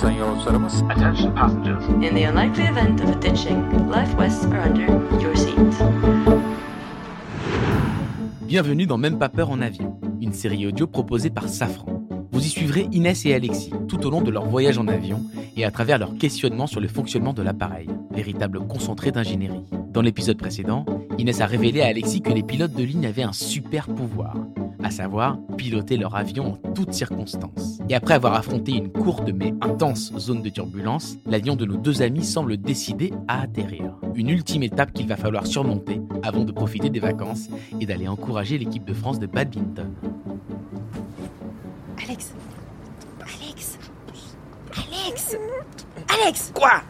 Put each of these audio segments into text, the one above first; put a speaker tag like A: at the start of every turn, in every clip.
A: Sayın yolcularımız.
B: Attention passengers.
C: In the unlikely event of a ditching, life vests are under your seat.
D: Bienvenue dans Même pas peur en avion, une série audio proposée par Safran. Vous y suivrez Inès et Alexis tout au long de leur voyage en avion et à travers leur questionnement sur le fonctionnement de l'appareil, véritable concentré d'ingénierie. Dans l'épisode précédent, Inès a révélé à Alexis que les pilotes de ligne avaient un super pouvoir, à savoir piloter leur avion en toutes circonstances. Et après avoir affronté une courte mais intense zone de turbulence, l'avion de nos deux amis semble décidé à atterrir. Une ultime étape qu'il va falloir surmonter avant de profiter des vacances et d'aller encourager l'équipe de France de badminton.
E: Alex Alex Alex Alex Quoi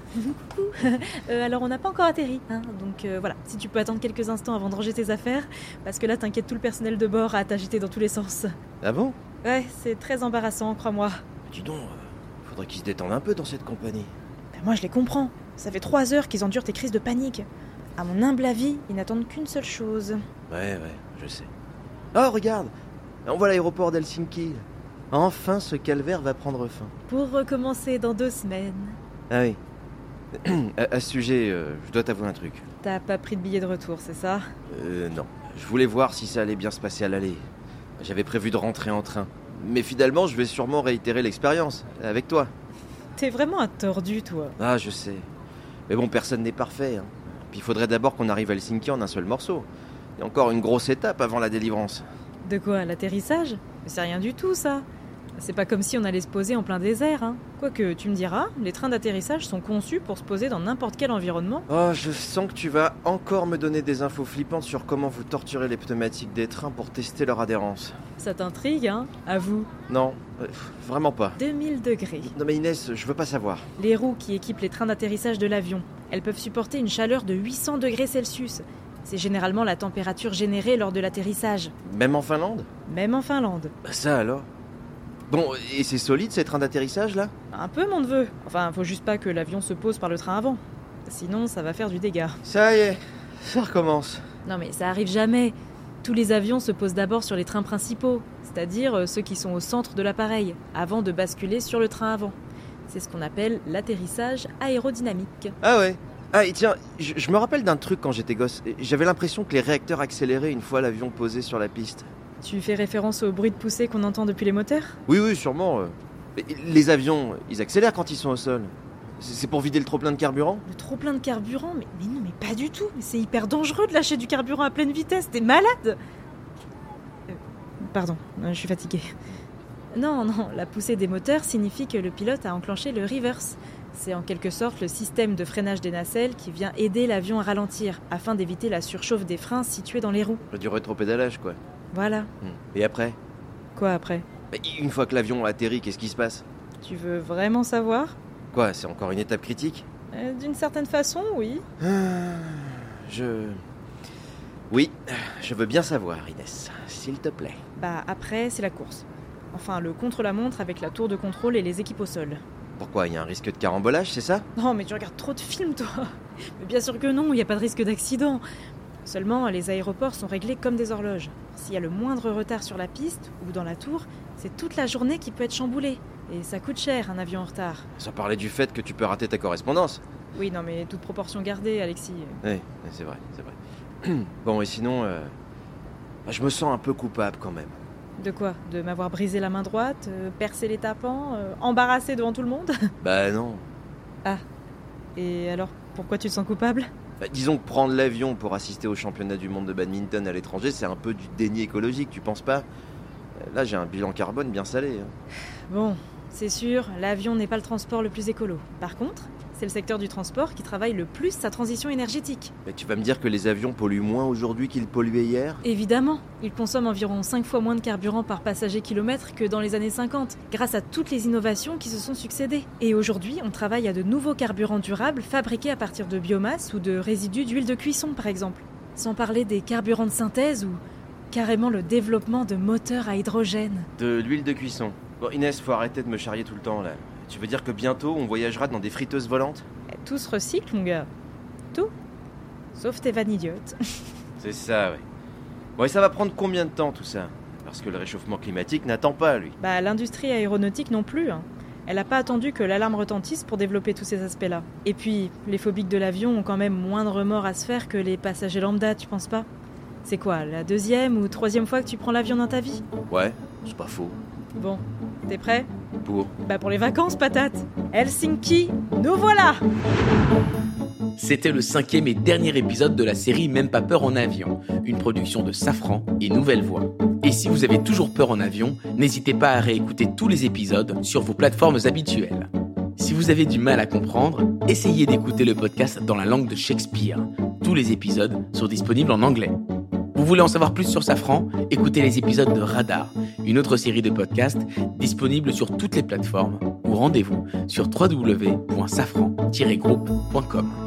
F: Euh, alors on n'a pas encore atterri, hein, donc euh, voilà, si tu peux attendre quelques instants avant de ranger tes affaires, parce que là t'inquiète tout le personnel de bord à t'agiter dans tous les sens.
G: Ah bon
F: Ouais, c'est très embarrassant, crois-moi.
G: Dis donc, euh, faudrait qu'ils se détendent un peu dans cette compagnie.
F: Ben, moi je les comprends, ça fait trois heures qu'ils endurent tes crises de panique. À mon humble avis, ils n'attendent qu'une seule chose.
G: Ouais, ouais, je sais. Oh, regarde On voit l'aéroport d'Helsinki. Enfin, ce calvaire va prendre fin.
F: Pour recommencer dans deux semaines,
G: Ah oui. à, à ce sujet, euh, je dois t'avouer un truc.
F: t'as pas pris de billet de retour, c'est ça
G: Euh, non. Je voulais voir si ça allait bien se passer à l'aller. J'avais prévu de rentrer en train. Mais finalement, je vais sûrement réitérer l'expérience, avec toi.
F: T'es vraiment un tordu, toi.
G: Ah, je sais. Mais bon, personne n'est parfait. hein. Puis il faudrait d'abord qu'on arrive à Helsinki en un seul morceau. Il y a encore une grosse étape avant la délivrance.
F: De quoi L'atterrissage Mais C'est rien du tout, ça. C'est pas comme si on allait se poser en plein désert, hein. Quoique, tu me diras, les trains d'atterrissage sont conçus pour se poser dans n'importe quel environnement.
G: Oh, je sens que tu vas encore me donner des infos flippantes sur comment vous torturez les pneumatiques des trains pour tester leur adhérence.
F: Ça t'intrigue, hein À vous.
G: Non, euh, pff, vraiment pas.
F: 2000 degrés.
G: Non mais Inès, je veux pas savoir.
F: Les roues qui équipent les trains d'atterrissage de l'avion, elles peuvent supporter une chaleur de 800 degrés Celsius. C'est généralement la température générée lors de l'atterrissage,
G: Même en Finlande
F: même en Finlande.
G: Bah ça alors Bon, et c'est solide ces trains d'atterrissage là
F: Un peu, mon neveu. Enfin, faut juste pas que l'avion se pose par le train avant. Sinon, ça va faire du dégât.
G: Ça y est, ça recommence.
F: Non mais ça arrive jamais. Tous les avions se posent d'abord sur les trains principaux, c'est-à-dire euh, ceux qui sont au centre de l'appareil, avant de basculer sur le train avant. C'est ce qu'on appelle l'atterrissage aérodynamique.
G: Ah ouais Ah et tiens, je, je me rappelle d'un truc quand j'étais gosse. J'avais l'impression que les réacteurs accéléraient une fois l'avion posé sur la piste.
F: Tu fais référence au bruit de poussée qu'on entend depuis les moteurs
G: Oui, oui, sûrement. euh. Mais Les avions, ils accélèrent quand ils sont au sol. C'est c'est pour vider le trop-plein de carburant
F: Le trop plein de carburant mais, mais non, mais pas du tout. Mais c'est hyper dangereux de lâcher du carburant à pleine vitesse. T'es malade Euh, Pardon, euh, je suis fatiguée. Non, non, la poussée des moteurs signifie que le pilote a enclenché le reverse. C'est en quelque sorte le système de freinage des nacelles qui vient aider l'avion à ralentir afin d'éviter la surchauffe des freins situés dans les roues.
G: Du rétropédalage, quoi.
F: Voilà.
G: Hmm. Et après
F: Quoi après
G: Mais Une fois que l'avion a atterri, qu'est-ce qui se passe
F: Tu veux vraiment savoir
G: Quoi, c'est encore une étape critique
F: Euh, D'une certaine façon, oui.
G: Ah, Je... Oui, je veux bien savoir, Inès, s'il te plaît.
F: Bah après, c'est la course. Enfin, le contre-la-montre avec la tour de contrôle et les équipes au sol.
G: Pourquoi, il y a un risque de carambolage, c'est ça
F: Non, mais tu regardes trop de films, toi Mais bien sûr que non, il n'y a pas de risque d'accident. Seulement, les aéroports sont réglés comme des horloges. S'il y a le moindre retard sur la piste ou dans la tour, c'est toute la journée qui peut être chamboulée. Et ça coûte cher, un avion en retard.
G: Ça parlait du fait que tu peux rater ta correspondance.
F: Oui, non, mais toute proportion gardée, Alexis.
G: Oui, c'est vrai, c'est vrai. bon, et sinon... euh, bah, Je me sens un peu coupable quand même.
F: De quoi De m'avoir brisé la main droite, euh, percé les tapants, euh, embarrassé devant tout le monde
G: Bah non.
F: Et alors, pourquoi tu te sens coupable
G: Bah, disons que prendre l'avion pour assister au championnat du monde de badminton à l'étranger, c'est un peu du déni écologique, tu penses pas Euh, Là, j'ai un bilan carbone bien salé. hein.
F: Bon, c'est sûr, l'avion n'est pas le transport le plus écolo. Par contre, c'est le secteur du transport qui travaille le plus sa transition énergétique.
G: Mais tu vas me dire que les avions polluent moins aujourd'hui qu'ils polluaient hier
F: Évidemment, il consomme environ 5 fois moins de carburant par passager kilomètre que dans les années 50, grâce à toutes les innovations qui se sont succédées. Et aujourd'hui, on travaille à de nouveaux carburants durables fabriqués à partir de biomasse ou de résidus d'huile de cuisson, par exemple. Sans parler des carburants de synthèse ou carrément le développement de moteurs à hydrogène.
G: De l'huile de cuisson. Bon, Inès, faut arrêter de me charrier tout le temps là. Tu veux dire que bientôt on voyagera dans des friteuses volantes
F: Eh, Tout se recycle, mon gars. Tout. Sauf tes vannes idiotes.
G: C'est ça, oui. Bon, et ça va prendre combien de temps tout ça Parce que le réchauffement climatique n'attend pas, lui.
F: Bah, l'industrie aéronautique non plus. hein. Elle n'a pas attendu que l'alarme retentisse pour développer tous ces aspects-là. Et puis, les phobiques de l'avion ont quand même moins de remords à se faire que les passagers lambda, tu penses pas C'est quoi, la deuxième ou troisième fois que tu prends l'avion dans ta vie
G: Ouais, c'est pas faux.
F: Bon, t'es prêt
G: Pour.
F: Bah pour les vacances, patate Helsinki, nous voilà
D: C'était le cinquième et dernier épisode de la série Même pas peur en avion, une production de Safran et Nouvelle Voix. Et si vous avez toujours peur en avion, n'hésitez pas à réécouter tous les épisodes sur vos plateformes habituelles. Si vous avez du mal à comprendre, essayez d'écouter le podcast dans la langue de Shakespeare. Tous les épisodes sont disponibles en anglais. Vous voulez en savoir plus sur Safran Écoutez les épisodes de Radar, une autre série de podcasts disponible sur toutes les plateformes ou rendez-vous sur www.safran-groupe.com.